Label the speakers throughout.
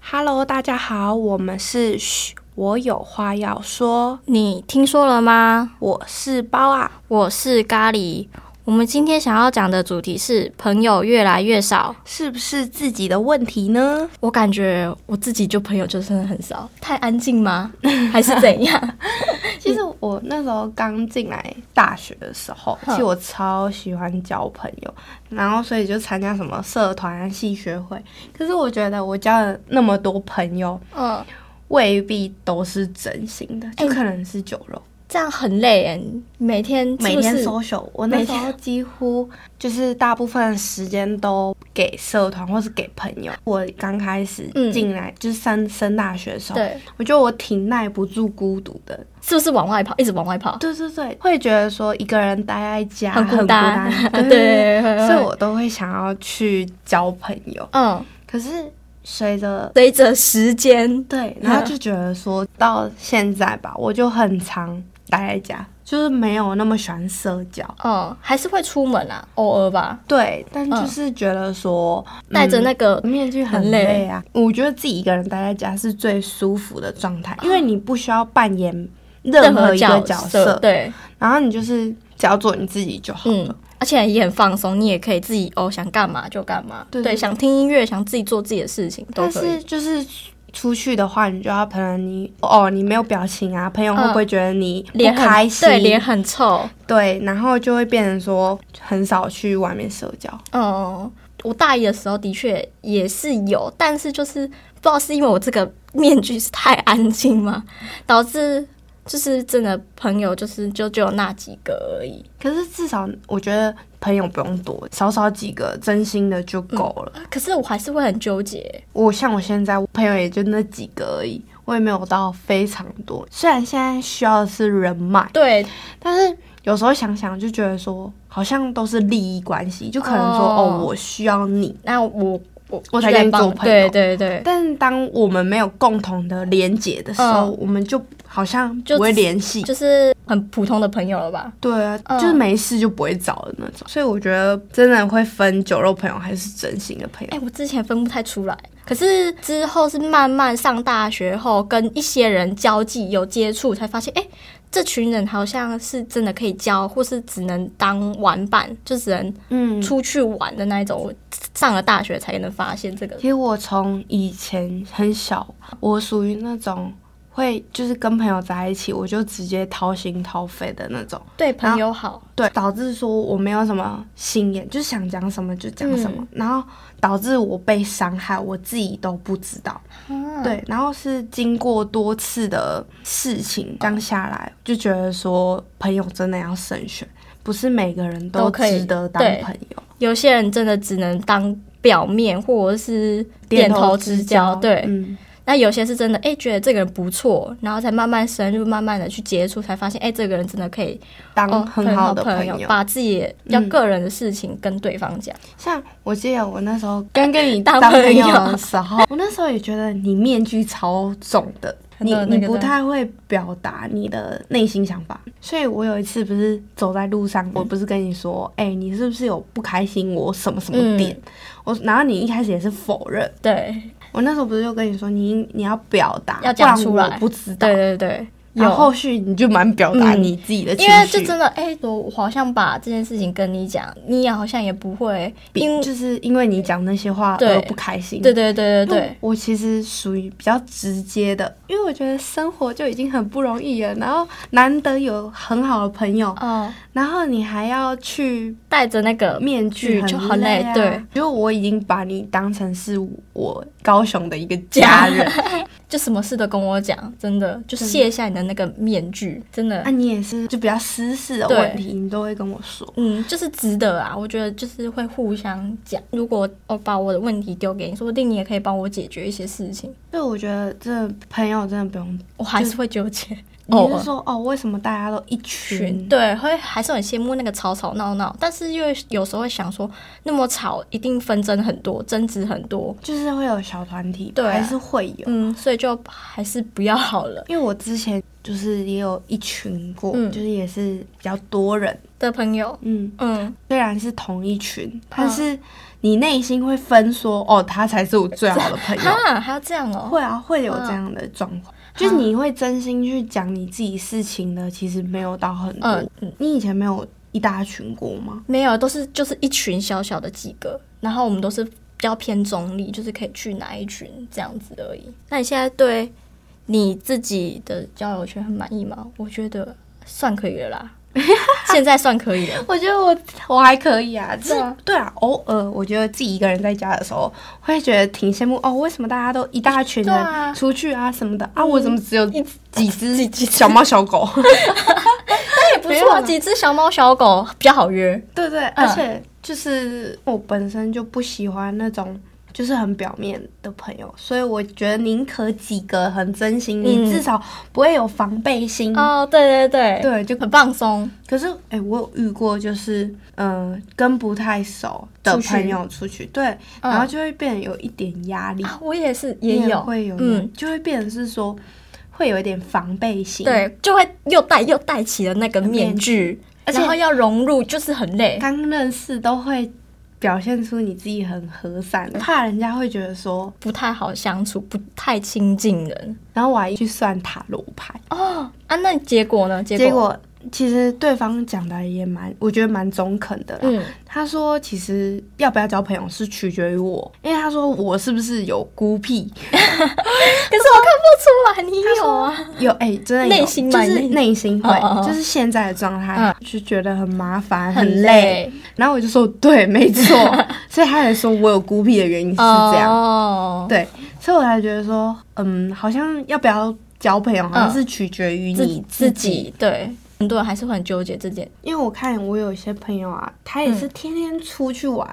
Speaker 1: Hello，大家好，我们是嘘，我有话要说，
Speaker 2: 你听说了吗？
Speaker 1: 我是包啊。
Speaker 2: 我是咖喱。我们今天想要讲的主题是朋友越来越少。
Speaker 1: 是不是自己的问题呢？
Speaker 2: 我感觉我自己就朋友就真的很少，太安 静吗？还是怎样？
Speaker 1: 其实我那时候刚进来大学的时候，
Speaker 2: 哼
Speaker 1: 其实我超喜欢交朋友，然后所以就参加什么社团啊、系学会。可是我觉得我交了那么多朋友，
Speaker 2: 嗯，
Speaker 1: 未必都是真心的，就
Speaker 2: 哎
Speaker 1: 可能是酒肉。
Speaker 2: 这样很累哎，每天是不
Speaker 1: 每天
Speaker 2: 是
Speaker 1: social，我那
Speaker 2: 每
Speaker 1: 时
Speaker 2: 天
Speaker 1: 候几乎就是大部分时间都给社团或是给朋友。我刚开始
Speaker 2: 嗯
Speaker 1: 进来、就是升升大学的时候，
Speaker 2: 对，
Speaker 1: 我觉得我挺耐不住孤独的。
Speaker 2: 是不是往外跑，一直往外跑，
Speaker 1: 对对对，会觉得说一个人待在家
Speaker 2: 很
Speaker 1: 孤
Speaker 2: 孤单
Speaker 1: 对
Speaker 2: 对，
Speaker 1: 所以我都会想要去交朋友。
Speaker 2: 嗯，
Speaker 1: 可是随着
Speaker 2: 随着时间，
Speaker 1: 对，然后就觉得说到现在吧，我就很常待在家，就是没有那么喜欢社交。
Speaker 2: 嗯，还是会出门啊，偶尔吧，
Speaker 1: 对，但
Speaker 2: 嗯
Speaker 1: 就是觉得说
Speaker 2: 带着那个
Speaker 1: 嗯面具很
Speaker 2: 很累
Speaker 1: 累啊。我觉得自己一个人待在家是最舒服的状态，因为你不需要扮演任何一个
Speaker 2: 嗯角
Speaker 1: 角色，
Speaker 2: 对，
Speaker 1: 然后你就是只要做你自己就好了。
Speaker 2: 嗯，而且也很放松，你也可以自己哦，想干嘛就干嘛，
Speaker 1: 对对对
Speaker 2: 想听音乐，想自己做自己的事情都
Speaker 1: 但
Speaker 2: 可以。
Speaker 1: 是就是出去的话，你就要可能你哦，你没有表情啊，朋友会不会觉得你不
Speaker 2: 嗯脸很
Speaker 1: 开心？
Speaker 2: 对，脸很臭。
Speaker 1: 对，然后就会变成说很少去外面社交。
Speaker 2: 嗯，我大一的时候的确也是有，但是就是不知道是因为我这个面具是太安静嘛， 导致就是真的朋友就是就只有那几个而已。
Speaker 1: 可是至少我觉得朋友不用多，少少几个真心的就够了。
Speaker 2: 可是我还是会很纠结。
Speaker 1: 我像我现在我朋友也就那几个而已，我也没有到非常多。虽然现在需要的是人脉，
Speaker 2: 对，
Speaker 1: 但是有时候想想就觉得说，好像都是利益关系，就可能说哦
Speaker 2: 哦
Speaker 1: 我需要你。
Speaker 2: 那我我
Speaker 1: 我才
Speaker 2: 就在
Speaker 1: 跟你做
Speaker 2: 帮
Speaker 1: 朋友
Speaker 2: 对对对，
Speaker 1: 但当我们没有共同的连结的时候，
Speaker 2: 嗯
Speaker 1: 我们就好像
Speaker 2: 就
Speaker 1: 不会联系。
Speaker 2: 就是很普通的朋友了吧？
Speaker 1: 对啊，
Speaker 2: 嗯
Speaker 1: 就是没事就不会找的那种。所以我觉得真的会分酒肉朋友还是真心的朋友。
Speaker 2: 哎、我之前分不太出来，可是之后是慢慢上大学后，跟一些人交际有接触，才发现，哎、这群人好像是真的可以交，或是只能当玩伴，就只能
Speaker 1: 嗯，
Speaker 2: 出去玩的那一种。我上了大学才能发现这个，
Speaker 1: 其实我从以前很小，我属于那种会就是跟朋友在一起，我就直接掏心掏肺的那种，
Speaker 2: 对朋友好，
Speaker 1: 对，导致说我没有什么心眼，就是想讲什么就讲什么，
Speaker 2: 嗯
Speaker 1: 然后导致我被伤害，我自己都不知道。
Speaker 2: 啊，
Speaker 1: 对，然后是经过多次的事情，这样下来就觉得说朋友真的要慎选，不是每个人
Speaker 2: 都可以
Speaker 1: 值得当
Speaker 2: 对
Speaker 1: 朋友。
Speaker 2: 有些人真的只能当表面或者是
Speaker 1: 点
Speaker 2: 点
Speaker 1: 头
Speaker 2: 头之交，对，
Speaker 1: 嗯，
Speaker 2: 那有些是真的，哎、觉得这个人不错，然后才慢慢深入，慢慢的去接触，才发现，哎、这个人真的可以
Speaker 1: 当
Speaker 2: 哦，
Speaker 1: 很好的
Speaker 2: 朋
Speaker 1: 朋友。
Speaker 2: 把自己要
Speaker 1: 嗯
Speaker 2: 个人的事情跟对方讲。
Speaker 1: 像我记得我那时候刚跟你当
Speaker 2: 当
Speaker 1: 朋
Speaker 2: 朋
Speaker 1: 友
Speaker 2: 友
Speaker 1: 的时候，我那时候也觉得你面具超重的，
Speaker 2: 真
Speaker 1: 你
Speaker 2: 的
Speaker 1: 你
Speaker 2: 那个
Speaker 1: 不
Speaker 2: 真的
Speaker 1: 太会表达你的内心想法。所以我有一次不是走在路
Speaker 2: 嗯
Speaker 1: 上，我不是跟你说，哎、你是不是有不开心我什么什么点？
Speaker 2: 嗯
Speaker 1: 我然后你一开始也是否认，
Speaker 2: 对，
Speaker 1: 我那时候不是就跟你说，你你要表达，
Speaker 2: 要
Speaker 1: 不然
Speaker 2: 讲出来
Speaker 1: 我不知道。
Speaker 2: 对对对，
Speaker 1: 然后
Speaker 2: 有。
Speaker 1: 后续你就蛮表达
Speaker 2: 嗯
Speaker 1: 你自己的情
Speaker 2: 因
Speaker 1: 绪，
Speaker 2: 为就真的，哎、我好像把这件事情跟你讲，你也好像也不会，
Speaker 1: 比
Speaker 2: 因
Speaker 1: 就是因为你讲那些话
Speaker 2: 对
Speaker 1: 而不开心，
Speaker 2: 对对对对
Speaker 1: 因为
Speaker 2: 呃对，
Speaker 1: 我其实属于比较直接的，因为我觉得生活就已经很不容易了，然后难得有很好的朋友，
Speaker 2: 哦，
Speaker 1: 然后你还要去
Speaker 2: 带着那个，
Speaker 1: 嗯面具
Speaker 2: 就
Speaker 1: 很
Speaker 2: 很累
Speaker 1: 啊
Speaker 2: 对，
Speaker 1: 因为我已经把你当成是我高雄的一个家 人，
Speaker 2: 就什么事都跟我讲，真的，就
Speaker 1: 真的
Speaker 2: 卸下你的那个面具，真的
Speaker 1: 那、，你也是就比较私事的
Speaker 2: 对
Speaker 1: 问题，你都会跟我说。
Speaker 2: 嗯，就是值得啊。我觉得就是会互相讲，如果我把我的问题丢给你，说不定你也可以帮我解决一些事情。
Speaker 1: 所以我觉得这朋友真的不用。
Speaker 2: 我还是会纠结。偶
Speaker 1: 你
Speaker 2: 尔
Speaker 1: 是说哦，为什么大家都一群？
Speaker 2: 对，会还是很羡慕那个吵吵闹闹，但是又有时候会想说，那么吵一定纷争很多，争执很多，
Speaker 1: 就是会有小团体，
Speaker 2: 对啊
Speaker 1: 还是会有。
Speaker 2: 嗯，所以就还是不要好了。
Speaker 1: 因为我之前就是也有一群过，
Speaker 2: 嗯
Speaker 1: 就是也是比较多人，
Speaker 2: 的朋友，
Speaker 1: 嗯，
Speaker 2: 嗯，
Speaker 1: 虽然是同一群，但是你内心会分说，哦，他才是我最好的朋友。
Speaker 2: 哈，嗯还要这样哦、
Speaker 1: 会啊，会有这样的状况，就是你会真心去讲你自己事情的，其实没有到很多。
Speaker 2: 嗯嗯，
Speaker 1: 你以前没有一大群过吗？
Speaker 2: 没有，都是就是一群小小的几个，然后我们都是比较偏中立，就是可以去哪一群这样子而已。那你现在对你自己的交友圈很满意吗？我觉得算可以了 啦，现在算可以了。
Speaker 1: 我觉得我我还可以啊，就是
Speaker 2: 对啊
Speaker 1: 对啊，偶尔我觉得自己一个人在家的时候，会觉得挺羡慕哦，为什么大家都一大群
Speaker 2: 对啊
Speaker 1: 人出去啊什么的啊，我怎么只有几只
Speaker 2: 几
Speaker 1: 小猫小狗？
Speaker 2: 那也不
Speaker 1: 没有
Speaker 2: 错，啊
Speaker 1: 啦
Speaker 2: 几只小猫小狗比较好约。
Speaker 1: 对对，而且就是我本身就不喜欢那种。就是很表面的朋友，所以我觉得宁可几个很真心，
Speaker 2: 嗯
Speaker 1: 你至少不会有防备心。
Speaker 2: 哦，对对对，
Speaker 1: 嗯对，就
Speaker 2: 很放松。
Speaker 1: 可是，哎、我有遇过，就是嗯、呃跟不太熟的
Speaker 2: 出去
Speaker 1: 朋友出去，对，
Speaker 2: 嗯
Speaker 1: 然后就会变得有一点压力，
Speaker 2: 啊，我也是，
Speaker 1: 你
Speaker 2: 也有
Speaker 1: 会有，
Speaker 2: 嗯
Speaker 1: 嗯，，就会变成是说会有一点防备心。，
Speaker 2: 对，就会又戴又戴起了那个面
Speaker 1: 面
Speaker 2: 具，
Speaker 1: 而且
Speaker 2: 然后要融入，就是很累。
Speaker 1: 刚认识都会表现出你自己很和善，
Speaker 2: 嗯
Speaker 1: 怕人家会觉得说。
Speaker 2: 不太好相处，不太亲近人
Speaker 1: 然后我还去算塔罗牌，
Speaker 2: 哦啊，那结果呢？结
Speaker 1: 结果其实对方讲的也蛮，我觉得蛮中肯的啦。
Speaker 2: 嗯，
Speaker 1: 他说：“其实要不要交朋友是取决于我，因为他说我是不是有孤僻，
Speaker 2: 可是我看不出来，你有啊？
Speaker 1: 有哎、真的有
Speaker 2: 内心
Speaker 1: 就
Speaker 2: 嘛
Speaker 1: 是
Speaker 2: 内
Speaker 1: 内心会，
Speaker 2: 哦哦哦
Speaker 1: 就是现在的状态，就觉得很麻烦、很累。
Speaker 2: 累，
Speaker 1: 然后我就说 对，没错，所以他才说我有孤僻的原因是这样，
Speaker 2: 哦，
Speaker 1: 对，所以我才觉得说，嗯，好像要不要交朋友，好像是取决于
Speaker 2: 嗯自
Speaker 1: 你
Speaker 2: 自
Speaker 1: 自己。
Speaker 2: 己对，很多人还是会很纠结这件。
Speaker 1: 因为我看我有一些朋友啊，他也是
Speaker 2: 嗯
Speaker 1: 天天出去玩，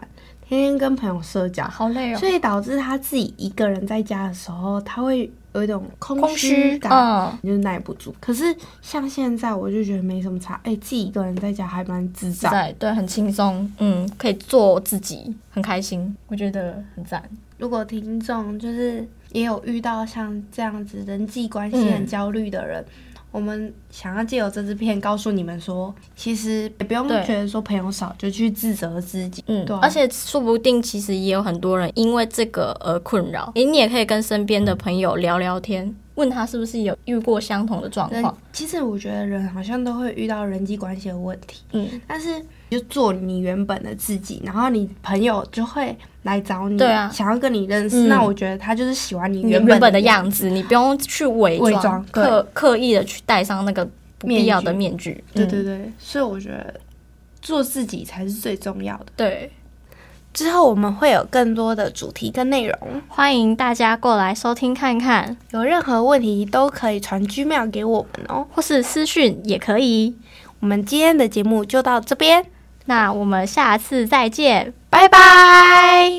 Speaker 1: 天天跟朋友社交，
Speaker 2: 好累
Speaker 1: 所以导致他自己一个人在家的时候，他会有一种空
Speaker 2: 空虚
Speaker 1: 虚感。
Speaker 2: 嗯，
Speaker 1: 你就耐不住。可是像现在，我就觉得没什么差。哎、自己一个人在家还蛮自在。
Speaker 2: 在对，很轻松，嗯，可以做自己，很开心，我觉得很赞。
Speaker 1: 如果听众就是也有遇到像这样子人际关系
Speaker 2: 嗯
Speaker 1: 很焦虑的人。我们想要借由这支片告诉你们说，其实也不用
Speaker 2: 对
Speaker 1: 觉得说朋友少就去自责自己，
Speaker 2: 嗯，
Speaker 1: 对啊、
Speaker 2: 而且说不定其实也有很多人因为这个而困扰。诶，你也可以跟身边的朋友聊聊天，问他是不是有遇过相同的状
Speaker 1: 人
Speaker 2: 况。
Speaker 1: 其实我觉得人好像都会遇到人际关系的问题，
Speaker 2: 嗯，
Speaker 1: 但是你就做你原本的自己，然后你朋友就会来找你，
Speaker 2: 对啊
Speaker 1: 想要跟你认识，
Speaker 2: 嗯
Speaker 1: 那我觉得他就是喜欢你原
Speaker 2: 你原
Speaker 1: 本
Speaker 2: 本的样子，你不用去伪
Speaker 1: 伪装对
Speaker 2: 刻刻意的去戴上那个不必要的面具。
Speaker 1: 对
Speaker 2: 嗯
Speaker 1: 对对，所以我觉得做自己才是最重要的。
Speaker 2: 对，
Speaker 1: 之后我们会有更多的主题跟内容，
Speaker 2: 欢迎大家过来收听看看，
Speaker 1: 有任何问题都可以传 Gmail 给我们哦。
Speaker 2: 或是私讯也可以。
Speaker 1: 我们今天的节目就到这边，
Speaker 2: 那我们下次再见，
Speaker 1: 拜拜。